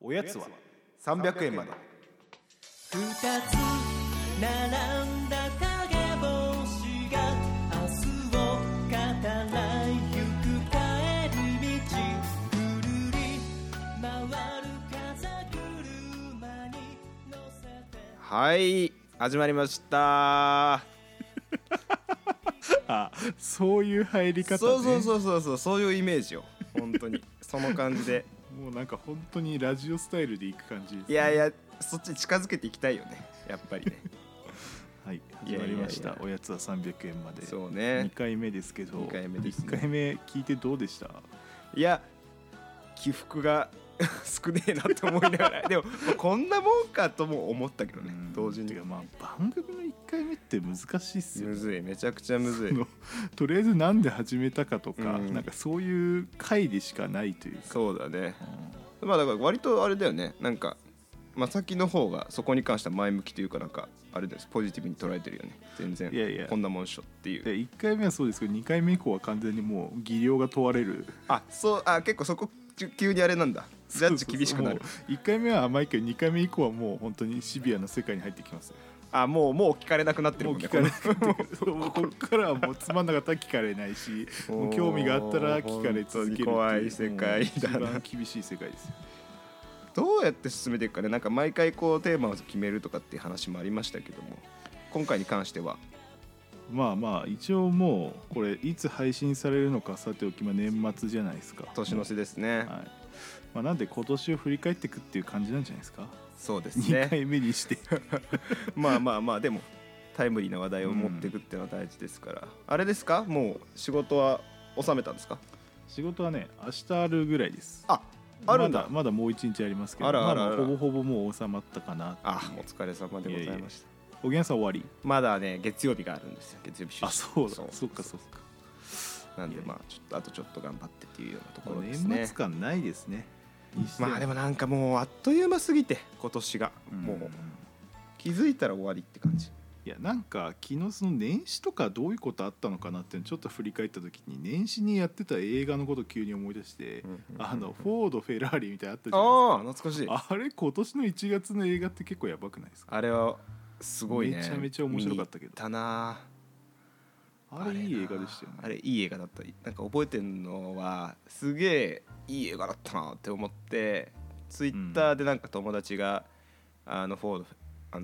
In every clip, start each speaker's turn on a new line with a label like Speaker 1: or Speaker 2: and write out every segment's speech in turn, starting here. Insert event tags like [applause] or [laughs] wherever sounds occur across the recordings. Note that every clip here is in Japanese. Speaker 1: おやつは300円まで
Speaker 2: 二つ並んだ影帽子が明日を語らいゆく帰り道ぐるり回る風車に乗せて
Speaker 1: はい始まりました
Speaker 3: あそういう入り方、ね、
Speaker 1: そうそうそうそうそうそういうイメージよ本当にその感じで
Speaker 3: もうなんか本当にラジオスタイルでいく感じです
Speaker 1: い
Speaker 3: ね
Speaker 1: やいやそっちに近づけていきたいよねやっぱりね
Speaker 3: はい
Speaker 1: い
Speaker 3: 始
Speaker 1: やいや
Speaker 3: ま
Speaker 1: いや
Speaker 3: りましたおやつは300円まで
Speaker 1: そう
Speaker 3: 2
Speaker 1: ね
Speaker 3: 回目ですけど
Speaker 1: 二回目ですね
Speaker 3: 1回目聞いてどうでした
Speaker 1: いや起伏が [laughs] 少ねえなって思いながらでもこんなもんかとも思ったけどね同時
Speaker 3: て
Speaker 1: に
Speaker 3: かまあ番組の1回目って難しいっすよ
Speaker 1: む
Speaker 3: ね
Speaker 1: ずいめちゃくちゃむずい
Speaker 3: のと [laughs] りあえずなんで始めたかとか、
Speaker 1: うん
Speaker 3: なんかそういう回でしかないというか、
Speaker 1: そうだねまあだから割とあれだよねなんかまあ先の方がそこに関しては前向きというかなんかあれですポジティブに捉えてるよね全然
Speaker 3: いやいや
Speaker 1: こんなもんっしょっていう
Speaker 3: で1回目はそうですけど2回目以降は完全にもう技量が問われる
Speaker 1: あそうあ結構そこちゅ急にあれなんだジャッジ厳しくなる
Speaker 3: 1回目は甘いけど2回目以降はもう本当にシビアな世界に入ってきます
Speaker 1: あもうもう聞かれなくなってる
Speaker 3: も
Speaker 1: も
Speaker 3: う
Speaker 1: んね
Speaker 3: 聞かれなく [laughs] てここからはもうつまんなかったら聞かれないし
Speaker 1: もう
Speaker 3: もう興味があったら聞かれ続けるってう
Speaker 1: 怖い世界だな
Speaker 3: もう一番厳しい世界ですよ
Speaker 1: どうやって進めていくかねなんか毎回こうテーマを決めるとかっていう話もありましたけども今回に関しては
Speaker 3: まあまあ一応もうこれいつ配信されるのかさておきまあ年末じゃないですか
Speaker 1: 年の瀬ですね、
Speaker 3: はいまあ、なんで今年を振り返っていくっていう感じなんじゃないですか
Speaker 1: そうです
Speaker 3: 2
Speaker 1: ね
Speaker 3: 回目にして
Speaker 1: [laughs] まあまあまあでもタイムリーな話題を持っていくっていうのは大事ですから、あれですかもう仕事は収めたんですか
Speaker 3: 仕事はね明日あるぐらいです
Speaker 1: ああるんだ、
Speaker 3: まだまだもう一日ありますけど
Speaker 1: あらあらあら
Speaker 3: ままほぼほぼもう収まったかなって
Speaker 1: あ
Speaker 3: い
Speaker 1: お
Speaker 3: う
Speaker 1: 疲れ様でございました
Speaker 3: いやいやおげんさん終わり
Speaker 1: まだね月曜日があるんですよ月曜日出社
Speaker 3: あそうだ
Speaker 1: そう
Speaker 3: そっかそっか
Speaker 1: なんで
Speaker 3: いやいや
Speaker 1: まあちょっとあとちょっと頑張ってっていうようなとこ
Speaker 3: ま
Speaker 1: ろ
Speaker 3: あ
Speaker 1: です
Speaker 3: 年
Speaker 1: ね
Speaker 3: 末感ないですね
Speaker 1: まあで
Speaker 3: も、
Speaker 1: もなんかもうあっという間すぎて今年が、
Speaker 3: うん
Speaker 1: もう気づいたら終わりって感じ
Speaker 3: いやなんか昨日その年始とかどういうことあったのかなっていうのちょっと振り返った時に年始にやってた映画のこと急に思い出して、
Speaker 1: うんうんうん
Speaker 3: あのフォードフェラーリみたいなのあったじゃない
Speaker 1: ああ懐かしい
Speaker 3: ですかあれ今年の1月の映画って結構やばくないですか
Speaker 1: あれはすごいね
Speaker 3: めちゃめちゃ面白かったけ
Speaker 1: 見に
Speaker 3: ど
Speaker 1: 行たな
Speaker 3: あれいい映画でしたよね
Speaker 1: あれいい映画だったなんか覚えてるのはすげえいい映画だったなって思ってツイッターでなんか友達が「あのフォード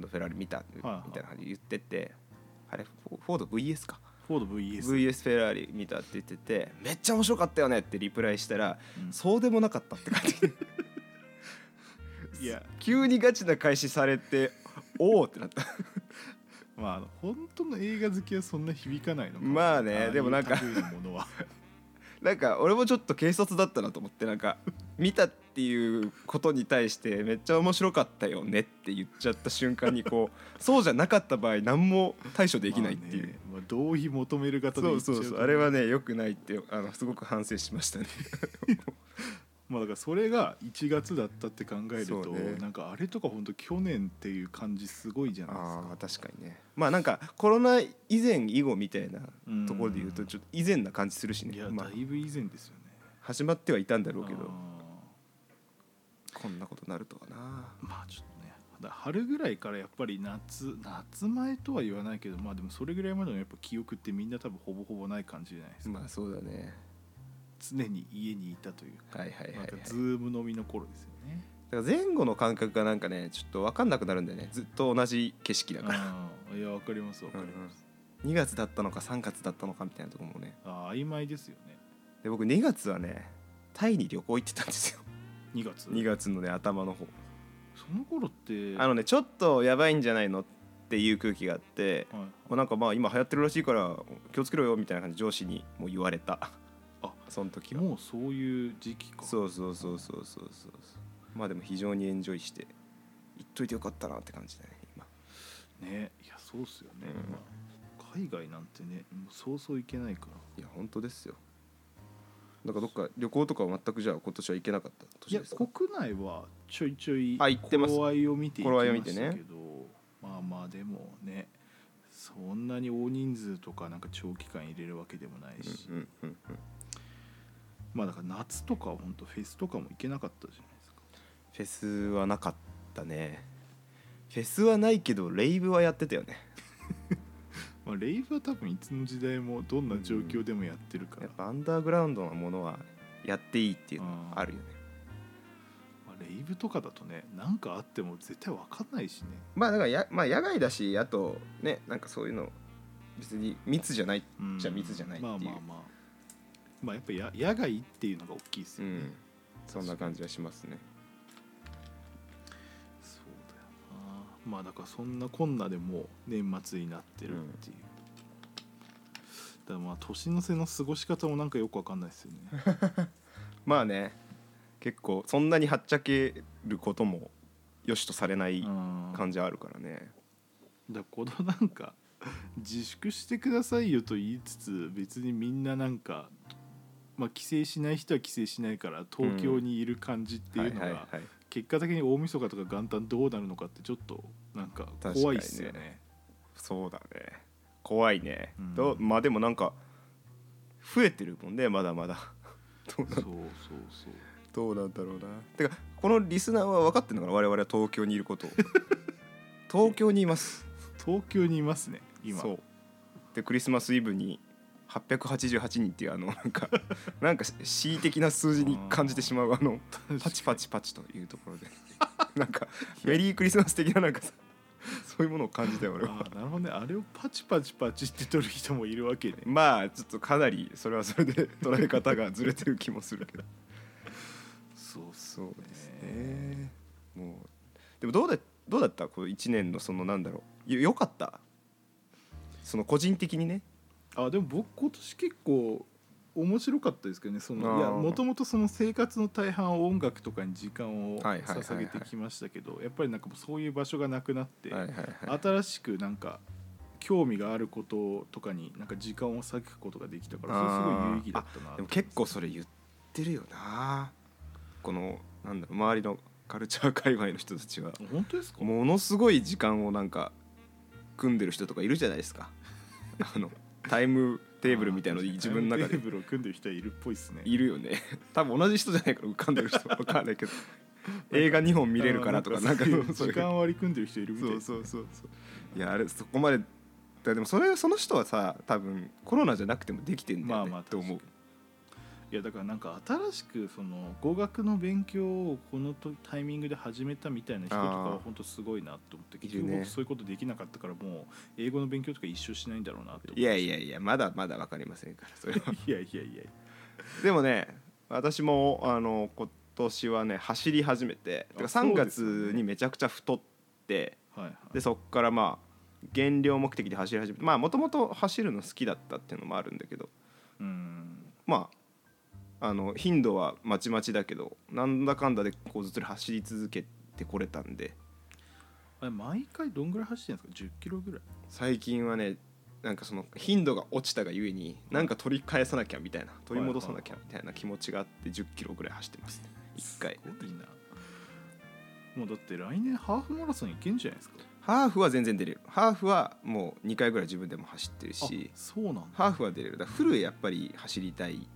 Speaker 1: フェラーリ見た」みたい
Speaker 3: はい
Speaker 1: な感じで言っててあれフォフォード VS か
Speaker 3: フォード VS
Speaker 1: VS フェラーリ見たって言っててめっちゃ面白かったよねってリプライしたら、
Speaker 3: うん
Speaker 1: そうでもなかったって感じで
Speaker 3: いや
Speaker 1: [laughs] 急にガチな開始されておおってなった
Speaker 3: まああの本当の映画好きはそんな響かないのか
Speaker 1: まあね
Speaker 3: いう
Speaker 1: でもなんか
Speaker 3: 類のものは
Speaker 1: なんか俺もちょっと軽率だったなと思ってなんか [laughs] 見たっていうことに対してめっちゃ面白かったよねって言っちゃった瞬間にこう [laughs] そうじゃなかった場合何も対 [laughs] 処できないっていう、
Speaker 3: まあねまあ同意求める方で
Speaker 1: そ
Speaker 3: 言
Speaker 1: う
Speaker 3: っちゃ
Speaker 1: そうう
Speaker 3: と
Speaker 1: そうあれはね良くないってあのすごく反省しましたね
Speaker 3: まあだからそれが1月だったって考えると、
Speaker 1: そうね
Speaker 3: なんかあれとか本当去年っていう感じすごいじゃないで
Speaker 1: あ
Speaker 3: すか
Speaker 1: あ確かにねまあなんかコロナ以前以後みたいなところで言うとちょっと以前な感じするし
Speaker 3: い
Speaker 1: ね
Speaker 3: や、
Speaker 1: まあ
Speaker 3: だ、いぶ以前ですよね
Speaker 1: 始まってはいたんだろうけど
Speaker 3: あ
Speaker 1: こんなことなるとはな
Speaker 3: ーまあちょっとねだ春ぐらいからやっぱり夏夏前とは言わないけどまあでもそれぐらいまでのやっぱ記憶ってみんな多分ほぼほぼない感じじゃないですか、
Speaker 1: まあそうだね
Speaker 3: 常に家にいたというか、
Speaker 1: はいはいはい、はい、
Speaker 3: なんかズーム飲みの頃ですよね
Speaker 1: だから前後の感覚がなんかねちょっと分かんなくなるんだよねずっと同じ景色だから
Speaker 3: あーいやわかりますわかります、
Speaker 1: 2月だったのか3月だったのかみたいなところもね
Speaker 3: あー曖昧ですよね
Speaker 1: で僕2月はねタイに旅行行ってたんですよ
Speaker 3: 2月
Speaker 1: 2月のね頭の方
Speaker 3: その頃って
Speaker 1: あのねちょっとやばいんじゃないのっていう空気があって
Speaker 3: はい
Speaker 1: もうなんかまあ今流行ってるらしいから気をつけろよみたいな感じで上司にもう言われた
Speaker 3: あ
Speaker 1: その時は
Speaker 3: もうそういう時期か
Speaker 1: そうそうそうそうそうそうそうまあでも非常にエンジョイして行っといてよかったなって感じだね今
Speaker 3: ねいやそうっすよね、
Speaker 1: うん
Speaker 3: まあ海外なんてねもうそうそう行けないから
Speaker 1: いや本当ですよだからどっか旅行とかは全くじゃあ今年は行けなかった
Speaker 3: い
Speaker 1: 年
Speaker 3: や
Speaker 1: ですか
Speaker 3: 国内はちょいちょい
Speaker 1: あ行ってます
Speaker 3: 頃合いを見て行
Speaker 1: 頃合いを見
Speaker 3: き
Speaker 1: て
Speaker 3: まし
Speaker 1: ね
Speaker 3: たけどまあまあでもねそんなに大人数とかなんか長期間入れるわけでもないし、
Speaker 1: うんうんうんうん
Speaker 3: まあだから夏とかは本当フェスとかも行けなかったじゃないですか
Speaker 1: フェスはなかったねフェスはないけどレイブはやってたよね
Speaker 3: まあ、レイブは多分いつの時代もどんな状況でもやってるから、
Speaker 1: やっぱアンダーグラウンドなものはやっていいっていうのはあるよね
Speaker 3: まあ、レイブとかだとね何かあっても絶対分かんないしね
Speaker 1: まあだからや、まあ、野外だしあとねなんかそういうの別に密じゃない
Speaker 3: うん
Speaker 1: じゃあ密じゃないっていう
Speaker 3: まあまあまあまあやっぱや野外っていうのが大きいです
Speaker 1: う
Speaker 3: よね、
Speaker 1: んそんな感じはしますね
Speaker 3: そうだよなまあだからそんなこんなでもう年末になってるっていう、だからまあ年の瀬の過ごし方もなんかよく分かんないですよね
Speaker 1: [laughs] まあね結構そんなにはっちゃけることもよしとされない
Speaker 3: うん
Speaker 1: 感じはあるからね
Speaker 3: だからこのなんか自粛してくださいよと言いつつ別にみんななんか、まあ、帰省しない人は帰省しないから東京にいる感じっていうの
Speaker 1: はいは
Speaker 3: が
Speaker 1: いはい
Speaker 3: 結果的に大晦日とか元旦どうなるのかってちょっとなんか怖いっすよ
Speaker 1: 確かに
Speaker 3: ね。
Speaker 1: そうだね怖いね、
Speaker 3: うん
Speaker 1: どうまあでもなんか増えてるもんねまだまだどう
Speaker 3: そう
Speaker 1: な
Speaker 3: そ
Speaker 1: ん
Speaker 3: うそう
Speaker 1: どうなんだろうなてかこのリスナーは分かってんのかな我々は東京にいることを東京にいます
Speaker 3: 東京にいますね今
Speaker 1: そうでクリスマスイブに888人っていうあのなんかなんか恣意的な数字に感じてしまうあのパチパチパチというところでなんかメリークリスマス的ななんかさそういうものを感じたよ俺は
Speaker 3: [laughs] ああなるほどねあれをパチパチパチって取る人もいるわけね
Speaker 1: まあちょっとかなりそれはそれで捉え方がずれてる気もするけど
Speaker 3: そうそ
Speaker 1: [laughs] そうですねもうでもどうだどうだったこの1年のそのなんだろうよよかったその個人的にね
Speaker 3: あでも僕今年結構面白かったですけどねそ
Speaker 1: あ
Speaker 3: の
Speaker 1: ー
Speaker 3: いやもともとその生活の大半を音楽とかに時間を
Speaker 1: はいはいはいはい
Speaker 3: 捧げてきましたけどやっぱりなんかもうそういう場所がなくなって、
Speaker 1: いはい
Speaker 3: 新しくなんか興味があることとかになんか時間を割くことができたからそれすごい有意義だったな
Speaker 1: でも結構それ言ってるよなこのなんだろう周りのカルチャー界隈の人たちは
Speaker 3: あ本当ですか
Speaker 1: ものすごい時間をなんか組んでる人とかいるじゃないですかあのタイムテーブルみたいの
Speaker 3: あー
Speaker 1: 自分の中で
Speaker 3: タイムテーブルを組んでる人はいるっぽいですね
Speaker 1: いるよね [laughs] 多分同じ人じゃないから浮かんでる人わかん
Speaker 3: [laughs]
Speaker 1: ないけど映画2本見れるからとかなんか
Speaker 3: あーなんか
Speaker 1: そ
Speaker 3: そう
Speaker 1: ういうう
Speaker 3: い時間割り組んでる人いるみたい
Speaker 1: そう
Speaker 3: です
Speaker 1: そうそうそういやあれそこまでだでもそれその人はさ多分コロナじゃなくてもできてんだ
Speaker 3: ま
Speaker 1: よ
Speaker 3: あ
Speaker 1: ね
Speaker 3: まあ
Speaker 1: と思う
Speaker 3: 確かにいやだからなんか新しくその語学の勉強をこのとタイミングで始めたみたいな人とか
Speaker 1: あ
Speaker 3: は
Speaker 1: ー
Speaker 3: 本当すごいなと思って
Speaker 1: い
Speaker 3: 結
Speaker 1: るね
Speaker 3: 局僕そういうことできなかったからもう英語の勉強とか一生しないんだろうなって思って
Speaker 1: いやいやいやまだまだ分かりませんからそれは
Speaker 3: いやいやいや
Speaker 1: でも
Speaker 3: [laughs]
Speaker 1: ね私もあの今年はね走り始めててか
Speaker 3: あそ
Speaker 1: 3
Speaker 3: うで
Speaker 1: 月
Speaker 3: すよね
Speaker 1: にめちゃくちゃ太って
Speaker 3: はいはい
Speaker 1: でそっからまあ減量目的で走り始めてまあもともと走るの好きだったっていうのもあるんだけど
Speaker 3: うん
Speaker 1: まああの頻度はまちまちだけどなんだかんだでこうずっと走り続けてこれたんで
Speaker 3: あれ毎回どんぐらい走ってるんですか10キロぐらい
Speaker 1: 最近はねなんかその頻度が落ちたがゆえになんか取り返さなきゃみたいな取り戻さなきゃみたいな気持ちがあって1 0キロぐらい走ってますね1回
Speaker 3: すごいなもうだって来年ハーフマラソンいけんじゃないですか
Speaker 1: ハーフは全然出れるハーフはもう2回ぐらい自分でも走ってる
Speaker 3: あ
Speaker 1: し
Speaker 3: そうなんだ
Speaker 1: ハーフは出れるだからフルやっぱり走りたい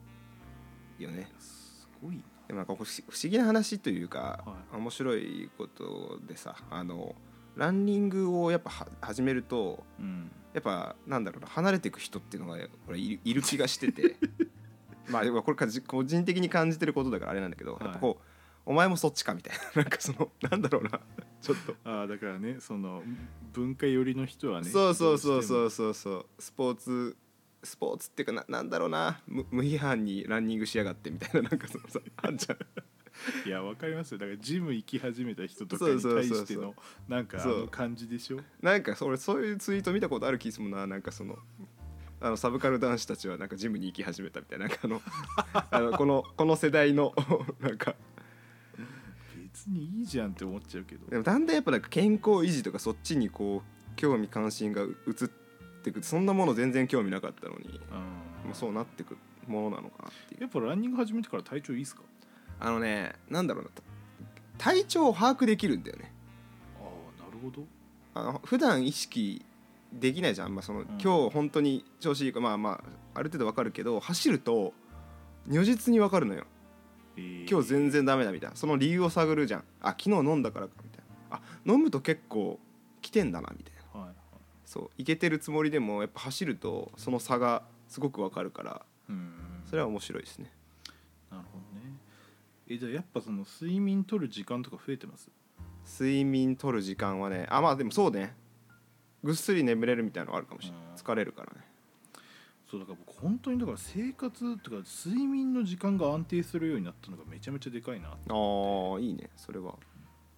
Speaker 1: よね
Speaker 3: すごいな
Speaker 1: でもなんか不思不思議な話というか、
Speaker 3: は
Speaker 1: 面白いことでさあのランニングをやっぱは始めると
Speaker 3: うん
Speaker 1: やっぱなんだろうな離れていく人っていうのが俺いるいる気がして
Speaker 3: [laughs]
Speaker 1: てまあでもこれかじ個人的に感じてることだからあれなんだけど、
Speaker 3: はい
Speaker 1: やっぱこうお前もそっちかみたいな [laughs] なんかそのなんだろうなちょっと、
Speaker 3: ああだからねその文化寄りの人はね
Speaker 1: そうそうそう
Speaker 3: ど
Speaker 1: そううそうそうスポーツスポーツっていうかななんだろうな無無批判にランニングしやがってみたいななんかそのさあんちゃん
Speaker 3: してもいやわかりますよだからジム行き始めた人とか
Speaker 1: そう
Speaker 3: に
Speaker 1: そうそう
Speaker 3: 対
Speaker 1: そう
Speaker 3: してのなんかあ
Speaker 1: そう
Speaker 3: の感じでしょ
Speaker 1: なんかそ俺そういうツイート見たことある気するななんかそのあのサブカル男子たちはなんかジムに行き始めたみたいななんかあの [laughs] あのこのこの世代の [laughs] なんか
Speaker 3: 別にいいじゃんって思っちゃうけど
Speaker 1: でもだんだんやっぱなんか健康維持とかそっちにこう興味関心が移ってくそんなもの全然興味なかったのに、
Speaker 3: う
Speaker 1: まあ、
Speaker 3: ん
Speaker 1: そうなってくものなのかなっていう
Speaker 3: やっぱランニング始めてから体調いいっすか
Speaker 1: あのねなんだろうな体調を把握できるんだよね
Speaker 3: ああなるほど
Speaker 1: あの普段意識できないじゃん、まあ、その今日本当に調子いいかまあまあある程度わかるけど走ると如実にわかるのよ
Speaker 3: え
Speaker 1: 今日全然ダメだみたいなその理由を探るじゃんあ昨日飲んだからかみたいなあ飲むと結構来てんだなみたいな
Speaker 3: はいはい
Speaker 1: そういけてるつもりでもやっぱ走るとその差がすごくわかるから
Speaker 3: うん
Speaker 1: それは面白いですね
Speaker 3: なるほどねえじゃあやっぱその睡眠取る時間とか増えてます
Speaker 1: 睡眠取る時間はねあまあでもそうねぐっすり眠れるみたいなのはあるかもしれない
Speaker 3: うん
Speaker 1: 疲れるからね
Speaker 3: そうだから僕本当にだから生活とか睡眠の時間が安定するようになったのがめちゃめちゃでかいな
Speaker 1: ああいいねそれは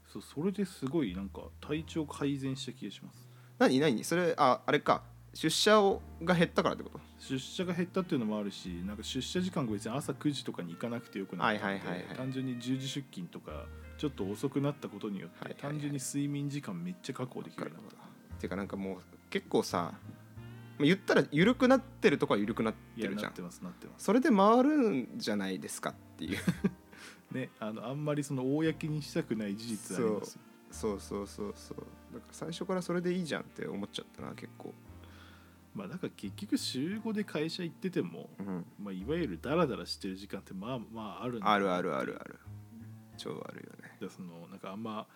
Speaker 3: そうそれですごいなんか体調改善した気がします
Speaker 1: 何何それああれか出社をが減ったからってこと
Speaker 3: 出社が減ったっていうのもあるしなんか出社時間が別に朝9時とかに行かなくてよくなったので、
Speaker 1: はいはいはいはい
Speaker 3: 単純に10時出勤とかちょっと遅くなったことによって、
Speaker 1: はいはいはい
Speaker 3: 単純に睡眠時間めっちゃ確保できるようになった
Speaker 1: っていうかなんかもう結構さまあ言ったら緩くなってるとこは緩くなっ
Speaker 3: い
Speaker 1: て
Speaker 3: や
Speaker 1: るじ
Speaker 3: な
Speaker 1: ゃ
Speaker 3: っ
Speaker 1: ん
Speaker 3: てますなってます
Speaker 1: それで回るんじゃないですかっていう [laughs]
Speaker 3: ねあのあんまりその公にしたくない事実ありますよ
Speaker 1: そうそうそうそうだから最初からそれでいいじゃんって思っちゃったな結構
Speaker 3: まあだから結局週5で会社行ってても、
Speaker 1: うん
Speaker 3: まあ、いわゆるダラダラしてる時間ってまあまああるんだ
Speaker 1: あるあるあるある超あるよね
Speaker 3: だからそのなんかあんま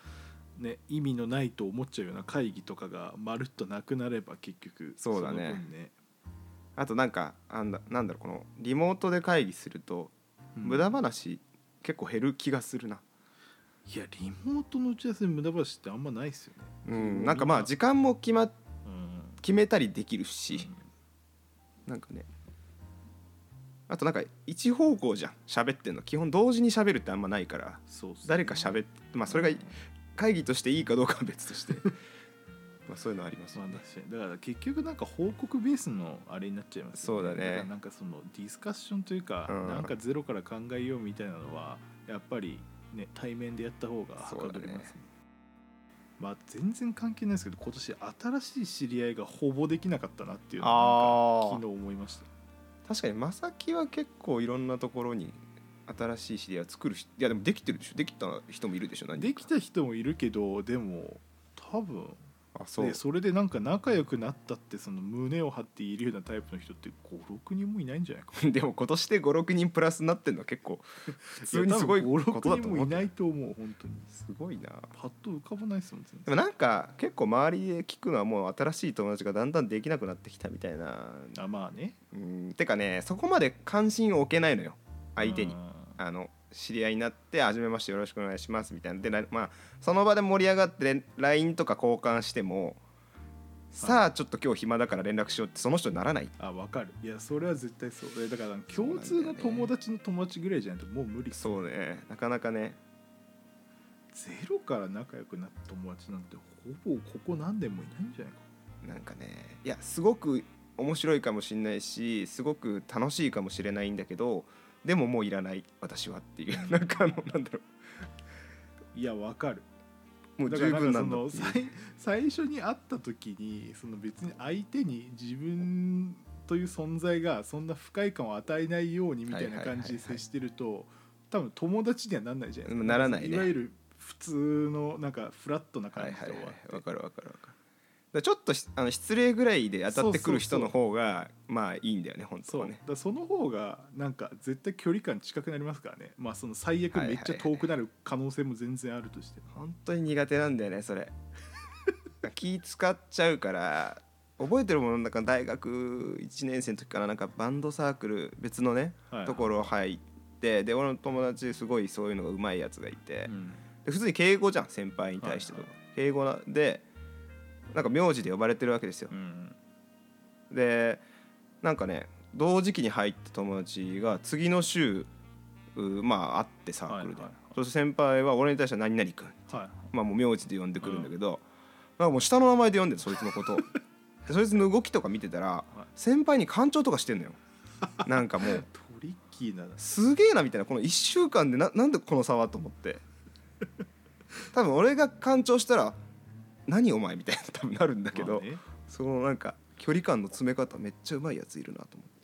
Speaker 3: ね意味のないと思っちゃうような会議とかがまるっとなくなれば結局
Speaker 1: そうだね
Speaker 3: の分ね
Speaker 1: あとなんかなんだなんだろうこのリモートで会議すると
Speaker 3: うん
Speaker 1: 無駄話結構減る気がするな、
Speaker 3: いやリモートの打ち合わせで無駄話ってあんまないっすよね
Speaker 1: うん、なんかまあ時間も決まっ
Speaker 3: うん
Speaker 1: 決めたりできるし、なんかねあとなんか一方向じゃん喋ってんの基本同時に喋るってあんまないから
Speaker 3: そうっすね
Speaker 1: 誰か喋ってまあそれが会議としていいかどうかは別として
Speaker 3: [laughs]
Speaker 1: まあそういうのあります
Speaker 3: ま
Speaker 1: よ
Speaker 3: あ
Speaker 1: ね
Speaker 3: 確かにだから結局なんか報告ベースのあれになっちゃいます
Speaker 1: そ
Speaker 3: よ
Speaker 1: うだね
Speaker 3: からなんかそのディスカッションというか、
Speaker 1: うん
Speaker 3: なんかゼロから考えようみたいなのはやっぱりね対面でやった方がはかどり
Speaker 1: そうだ
Speaker 3: ます
Speaker 1: ね
Speaker 3: ねまあ全然関係ないですけど今年新しい知り合いがほぼできなかったなっていうの
Speaker 1: あ
Speaker 3: は
Speaker 1: ー
Speaker 3: なんか昨日思いました
Speaker 1: 確かにまさきは結構いろんなところに新しい知り合いを作るしいやでもできてるでしょできた人もいるでしょ何人
Speaker 3: で
Speaker 1: か
Speaker 3: きた人もいるけどでも多分
Speaker 1: あそう
Speaker 3: でそれでなんか仲良くなったってその胸を張っているようなタイプの人って56人もいないんじゃないか
Speaker 1: [laughs] でも今年で56人プラスになってるのは結構普通にすごいことだと
Speaker 3: 56人
Speaker 1: 思
Speaker 3: も
Speaker 1: う
Speaker 3: いないと思う本当に
Speaker 1: すごいな
Speaker 3: パッと浮かばないですもん全
Speaker 1: でもなんか結構周りで聞くのはもう新しい友達がだんだんできなくなってきたみたいな
Speaker 3: 然あまあね
Speaker 1: うんてかねそこまで関心を置けないのよ相手に
Speaker 3: うん
Speaker 1: あの知り合いになって「初めましてよろしくお願いします」みたいなでなまあその場で盛り上がって LINE とか交換しても「さあちょっと今日暇だから連絡しよう」ってその人にならない
Speaker 3: あわかるいやそれは絶対そうえだから
Speaker 1: そうなん
Speaker 3: 共
Speaker 1: だよね
Speaker 3: 通の友達の友達ぐらいじゃないともう無理ゼ
Speaker 1: そうねなかなかね
Speaker 3: ロから仲良くなった友達なんてほぼここ何年もいないんじゃないか
Speaker 1: なんかねいやすごく面白いかもしれないしすごく楽しいかもしれないんだけどでももういらない私はっていう [laughs] なんかあのなんだろ
Speaker 3: いやわかる
Speaker 1: うもう
Speaker 3: だか
Speaker 1: 十
Speaker 3: ら
Speaker 1: 分な
Speaker 3: な
Speaker 1: んんだ
Speaker 3: か
Speaker 1: って
Speaker 3: そ
Speaker 1: い
Speaker 3: の
Speaker 1: う
Speaker 3: 最最初に会った時にその別に相手に自分という存在がそんな不快感を与えないようにみたいな感じで接してると多分友達にはならないじゃないですか
Speaker 1: ならないね
Speaker 3: いわゆる普通のなんかフラットな
Speaker 1: は
Speaker 3: 感
Speaker 1: い
Speaker 3: じで
Speaker 1: はい
Speaker 3: 終
Speaker 1: は
Speaker 3: わって、
Speaker 1: いわかるわかるわかるだからちょっとしあの失礼ぐらいで当たってくる人の方がまあいいんだよね本当
Speaker 3: そう
Speaker 1: は
Speaker 3: だか
Speaker 1: ね
Speaker 3: らその方がなんか絶対距離感近くなりますからねまあその最悪
Speaker 1: はいは
Speaker 3: め
Speaker 1: い
Speaker 3: っ
Speaker 1: はい
Speaker 3: ちゃ遠くなる可能性も全然あるとして、
Speaker 1: 本当に苦手なんだよねそれ [laughs] 気使っちゃうから覚えてるものなんか大学1年生の時からなんかバンドサークル別のね
Speaker 3: はい
Speaker 1: ところ入ってで俺の友達すごいそういうのがうまいやつがいて
Speaker 3: うん
Speaker 1: で普通に敬語じゃん先輩に対してと
Speaker 3: はいは
Speaker 1: 敬語なでなんか名字で呼ばれてるわけですよ
Speaker 3: うん
Speaker 1: でなんかね同時期に入った友達が次の週うまあ会ってサークルで
Speaker 3: はいはいはい
Speaker 1: そして先輩は俺に対しては「何々君」
Speaker 3: はい
Speaker 1: まあもう名字で呼んでくるんだけど、なんかもう下の名前で呼んでるそいつの
Speaker 3: [laughs]
Speaker 1: ことをでそいつの動きとか見てたら
Speaker 3: い
Speaker 1: 先輩に感情とかしてんのよなんかもう
Speaker 3: トリッキーな
Speaker 1: すげえなみたいなこの1週間でななんでこの差はと思
Speaker 3: [laughs]
Speaker 1: って多分俺が感情したら「何お前」みたいな多分なるんだけど、
Speaker 3: まあね
Speaker 1: そのなんか距離感の詰め方めっちゃうまいやついるなと思って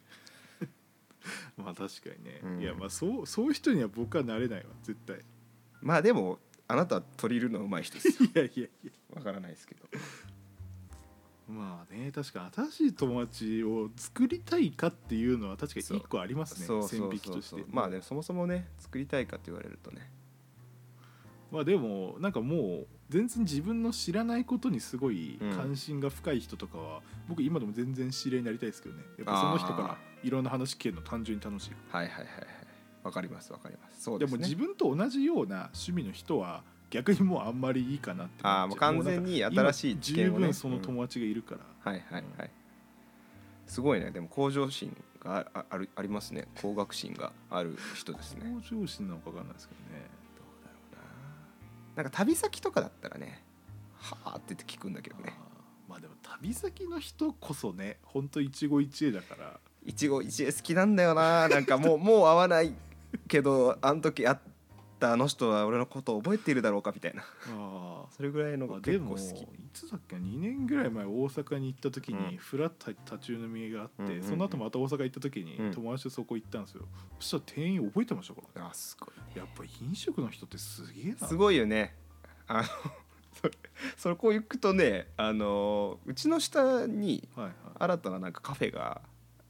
Speaker 3: まあ確かにね、
Speaker 1: うん
Speaker 3: いやまあそうそういう人には僕はなれないわ絶対 [laughs] い
Speaker 1: まあでも [laughs] あなたは取り入るのうまい人ですよ
Speaker 3: やいやいや
Speaker 1: わからないですけど
Speaker 3: まあね確かに新しい友達を作りたいかっていうのは確かに一個ありますね
Speaker 1: そうそ
Speaker 3: 線
Speaker 1: う
Speaker 3: 引き
Speaker 1: そ
Speaker 3: と
Speaker 1: う
Speaker 3: し
Speaker 1: そ
Speaker 3: て
Speaker 1: うまあねそもそもね作りたいかって言われるとね
Speaker 3: まあでもなんかもう全然自分の知らないことにすごい
Speaker 1: うん
Speaker 3: 関心が深い人とかは、僕今でも全然知り合いになりたいですけどねやっぱその人から
Speaker 1: あ
Speaker 3: いろんな話聞けるの単純に楽しい
Speaker 1: はいはいはいはいわかりますわかりますそう
Speaker 3: で
Speaker 1: です
Speaker 3: も
Speaker 1: ね
Speaker 3: 自分と同じような趣味の人は逆にもうあんまりいいかなって思っちゃ
Speaker 1: ああもう完全に新しい知見を
Speaker 3: 今十
Speaker 1: ね
Speaker 3: 分その友達がいるから、
Speaker 1: はいはいはいすごいねでも向上心があああるありますね向学心がある人ですね
Speaker 3: 向上心なのか分かんないですけどね
Speaker 1: なんか旅先とかだったらねはあって言って聞くんだけどね
Speaker 3: あーまあでも旅先の人こそねほんと一期一会だから
Speaker 1: 一期一会好きなんだよな [laughs] なんかもうもう会わないけどあの時会ったあの人は俺のことを覚えているだろうかみたいな
Speaker 3: あ
Speaker 1: それぐらいのが
Speaker 3: あで
Speaker 1: 結構
Speaker 3: も
Speaker 1: 好
Speaker 3: い
Speaker 1: き
Speaker 3: つだっけ2年ぐらい前大阪に行った時
Speaker 1: うん
Speaker 3: にフラッと立ち飲みがあって、
Speaker 1: うんうんうん
Speaker 3: その後また大阪行った時
Speaker 1: うん
Speaker 3: に友達とそこ行ったんですよ、そしたら店員覚えてましたからね
Speaker 1: あすごい
Speaker 3: やっぱ飲食の人ってすげえな
Speaker 1: すごいよねあの [laughs] そそこ行くとねあのうちの下に
Speaker 3: はいはい、
Speaker 1: 新たななんかカフェが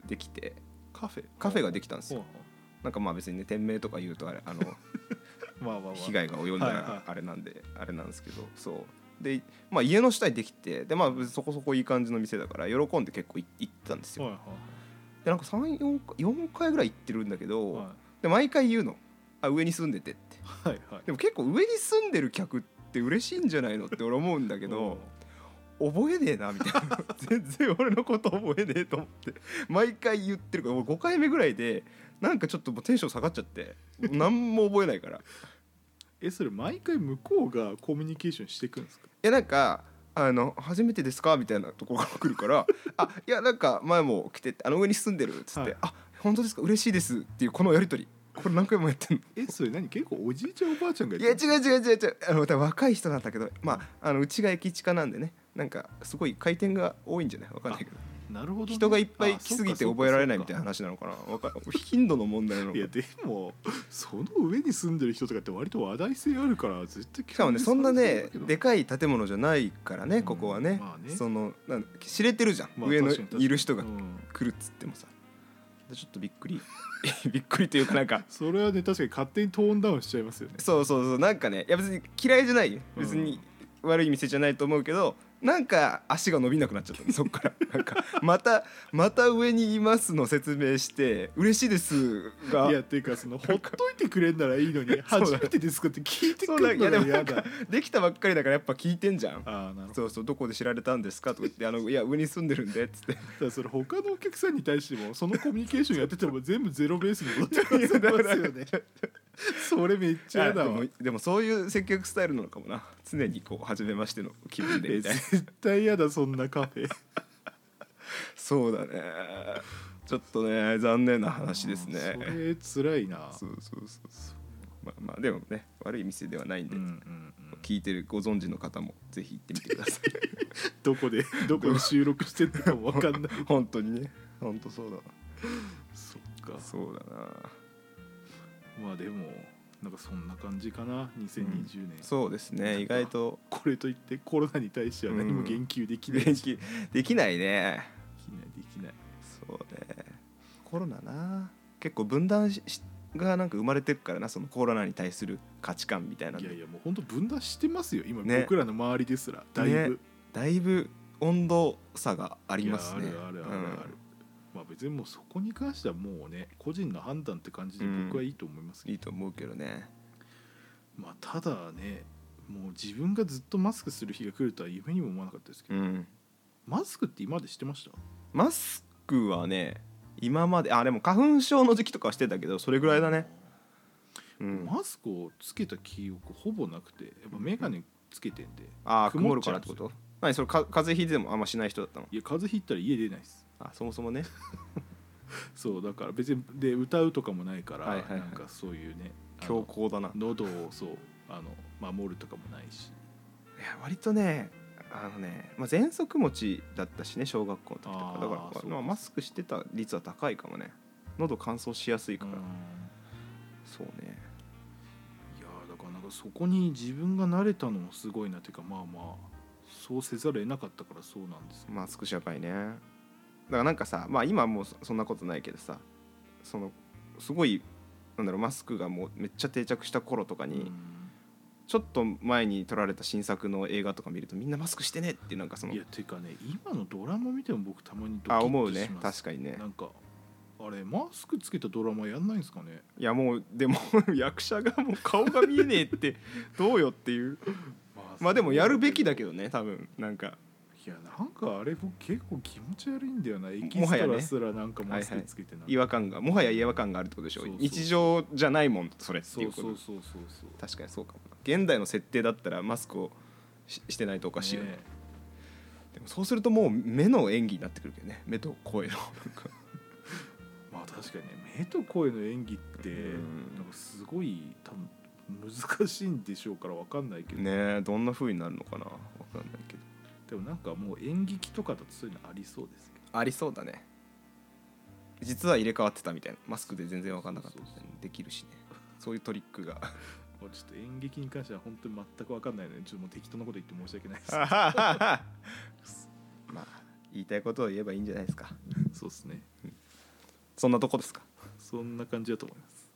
Speaker 1: できて
Speaker 3: カフェ
Speaker 1: カフェができたんですよ
Speaker 3: ほうほ
Speaker 1: なんかまあ別にね店名とか言うとあれあの
Speaker 3: うまあまあまあ
Speaker 1: 被害が及んだ
Speaker 3: はいは
Speaker 1: ら
Speaker 3: い
Speaker 1: あれなんであれなんですけどそうでまあ家の下にできてでまあそこそこいい感じの店だから喜んで結構い行ったんです
Speaker 3: はい
Speaker 1: よ
Speaker 3: は
Speaker 1: でなんか34回4回ぐらい行ってるんだけ
Speaker 3: い
Speaker 1: ど
Speaker 3: は
Speaker 1: で毎回言うのあ上に住んでてって
Speaker 3: いはいはい
Speaker 1: でも結構上に住んでる客って嬉しいんじゃないのって俺思うんだけど覚えねえなみたいな [laughs] 全然俺のこと覚えねえと思って毎回言ってるから俺5回目ぐらいでなんかちょっともうテンション下がっちゃって何も覚えないからい
Speaker 3: うんえそれ毎回向こうがコミュニケーションしていくんですか
Speaker 1: やなんかあの初めてですかみたいなところから来るから「あいやなんか前も来ててあの上に住んでる」っつって「
Speaker 3: はい
Speaker 1: あ本当ですか嬉しいです」っていうこのやり取りこれ何回もやってんの
Speaker 3: えそれ何結構おじいちゃんおばあちゃんが
Speaker 1: いや違
Speaker 3: う
Speaker 1: う違う違う違うあの多分若い人なんだけどまああのうちが駅近なんでねなんかすごい回転が多いんじゃないわかんないけど
Speaker 3: なるほどね、
Speaker 1: 人がいっぱい来すぎて覚えられないみたい
Speaker 3: な
Speaker 1: な話なのかなわか頻度の問題なのか
Speaker 3: いやでもその上に住んでる人とかって割と話題性あるから絶対
Speaker 1: しかもねそんなねで
Speaker 3: か
Speaker 1: かい建物じゃないからね
Speaker 3: うん
Speaker 1: ここはね,、
Speaker 3: まあね
Speaker 1: そのなん知れてるじゃん、上のいる人が来るっつってもさでちょっとびっくり [laughs] びっくりというかなんか
Speaker 3: それはね確かに勝手にトーンダウンしちゃいますよね
Speaker 1: そうそうそうなんかねいや別に嫌いじゃないよ別に悪い店じゃないと思うけど、なんか足が伸びなくなっちゃったのそっから [laughs] なんかまたまた上にいますの説明して嬉しいですが
Speaker 3: いやっていうかそのほっといてくれんならいいのに
Speaker 1: [laughs] そうだ
Speaker 3: 初めてですかって聞いて
Speaker 1: そ
Speaker 3: く
Speaker 1: うなん
Speaker 3: る
Speaker 1: いや
Speaker 3: の
Speaker 1: で
Speaker 3: が
Speaker 1: もな
Speaker 3: 嫌
Speaker 1: ん
Speaker 3: だ
Speaker 1: かできたばっかりだからやっぱ聞いてんじゃん
Speaker 3: ああなるほど
Speaker 1: そうそうどこで知られたんですかとか言ってあのいや上に住んでるんでっつって
Speaker 3: だからそれ他のお客さんに対してもそのコミュニケーションやってても全部ゼロベースに戻ってきますよねそれめっちゃ
Speaker 1: あ
Speaker 3: 嫌
Speaker 1: で
Speaker 3: だわ
Speaker 1: もでもそういう接客スタイルなのかもな常にこう初めましての気分で
Speaker 3: え
Speaker 1: みたいな
Speaker 3: 絶対嫌だそんなカフェ
Speaker 1: そうだねちょっとね残念な話ですね
Speaker 3: それ辛いな
Speaker 1: そうそうそうそうまあまあでもね悪い店ではないんで、
Speaker 3: うんうんうん
Speaker 1: 聞いてるご存知の方もぜひ行ってみてください [laughs]
Speaker 3: どこでどこに収録してるのかも分かんない
Speaker 1: [laughs] 本当にね本当そうだな
Speaker 3: そっか
Speaker 1: そうだな
Speaker 3: まあでもなんかそんな感じかな2020年、
Speaker 1: そうですね意外と
Speaker 3: これといってコロナに対しては何も言及できない、
Speaker 1: 元
Speaker 3: でき
Speaker 1: 気できないね
Speaker 3: ないできない
Speaker 1: そうねコロナな結構分断ししがなんか生まれてるからなそのコロナに対する価値観みたいなの
Speaker 3: いやいやもうほんと分断してますよ今、
Speaker 1: ね
Speaker 3: 僕らの周りですらだいぶ、
Speaker 1: ねだいぶ温度差がありますね
Speaker 3: いやあるあるあるある、まあ別にもうそこに関してはもうね個人の判断って感じで僕はいいと思いま
Speaker 1: う
Speaker 3: す
Speaker 1: ん
Speaker 3: け
Speaker 1: いい、
Speaker 3: ど
Speaker 1: と思うけどね
Speaker 3: まあただねもう自分がずっとマスクする日が来るとは夢にも思わなかったですけど、
Speaker 1: うん
Speaker 3: マスクって今までしてました
Speaker 1: マスクはね今まであでも花粉症の時期とかはしてたけどそれぐらいだね、うん、
Speaker 3: マスクをつけた記憶ほぼなくてやっぱ眼鏡つけてんで、
Speaker 1: あー曇
Speaker 3: 曇
Speaker 1: る
Speaker 3: っち
Speaker 1: か
Speaker 3: ゃ
Speaker 1: ら
Speaker 3: う
Speaker 1: っ
Speaker 3: んで
Speaker 1: て
Speaker 3: す
Speaker 1: こ
Speaker 3: よ
Speaker 1: と何それか風邪ひいてもあんましない人だったの
Speaker 3: いや風邪ひいたら家出ないです
Speaker 1: あそもそもね
Speaker 3: そうだから別にで歌うとかもないから、
Speaker 1: はいはいはい
Speaker 3: なんかそういうねあ
Speaker 1: 強
Speaker 3: の
Speaker 1: 行だない
Speaker 3: 喉をそうあの守るとかもないし
Speaker 1: や割とねあのね、まあ、喘息持ちだったしね小学校の時とか
Speaker 3: あー
Speaker 1: だか
Speaker 3: そ
Speaker 1: ら
Speaker 3: うか
Speaker 1: まあ、マスクしてた率は高いかもね喉乾燥しやすいから、そうね
Speaker 3: いやーだからなんかそこに自分が慣れたのもすごいなっていうかまあまあそうせざるを得なかったからそうなんですよ
Speaker 1: まあ少しやばいねだからなんかさまあ今はもうそそんなことないけどさそのすごいなんだろうマスクがもうめっちゃ定着した頃とかに、ちょっと前に撮られた新作の映画とか見るとみんなマスクしてねっていうなんかそ
Speaker 3: うん
Speaker 1: の
Speaker 3: いやていうかね今のドラマ見ても僕たまにドキッと
Speaker 1: あ思う
Speaker 3: し
Speaker 1: ね
Speaker 3: ます
Speaker 1: 確かにね
Speaker 3: なんかあれマスクつけたドラマやんないんですかね
Speaker 1: いやもうでも [laughs] 役者がもう顔が見えねえって [laughs] どうよっていう
Speaker 3: ま
Speaker 1: まあでもやるべきだけ
Speaker 3: ど
Speaker 1: どね多分なんか
Speaker 3: いやなんかあれ僕結構気持ち悪いんだよなエキ
Speaker 1: もは
Speaker 3: ス
Speaker 1: や
Speaker 3: ト
Speaker 1: ね
Speaker 3: ラすらなんかマスクつけてない、
Speaker 1: 違和感がもはや違和感があるってことでしょ
Speaker 3: そうそう
Speaker 1: 日常じゃないもんそれって
Speaker 3: そ
Speaker 1: いううこと
Speaker 3: そうそうそうそう
Speaker 1: 確かにそうかも現代の設定だったらマスクをししてないとおかしいよね
Speaker 3: ね
Speaker 1: でもそうするともう目の演技になってくるけどね目と声のなんか
Speaker 3: まあ確かにね目と声の演技って
Speaker 1: うん
Speaker 3: なんかすごい多分難しいんでしょうから分かんないけど、
Speaker 1: ねえどんな風になるのかなわかんないけど
Speaker 3: でもなんかもう演劇とかだとそういうのありそうですけ
Speaker 1: ありそうだね実は入れ替わってたみたいなマスクで全然わかんなかったみたいな
Speaker 3: そうそう
Speaker 1: できるしねそういうトリック
Speaker 3: [laughs]
Speaker 1: が
Speaker 3: どまあちょっと演劇に関しては本当に全く分かんないのでちょっともう適当なこと言って申し訳ないです
Speaker 1: まあ言いたいことを言えばいいんじゃないですか
Speaker 3: そうですね
Speaker 1: そんなとこですか
Speaker 3: そんな感じだと思います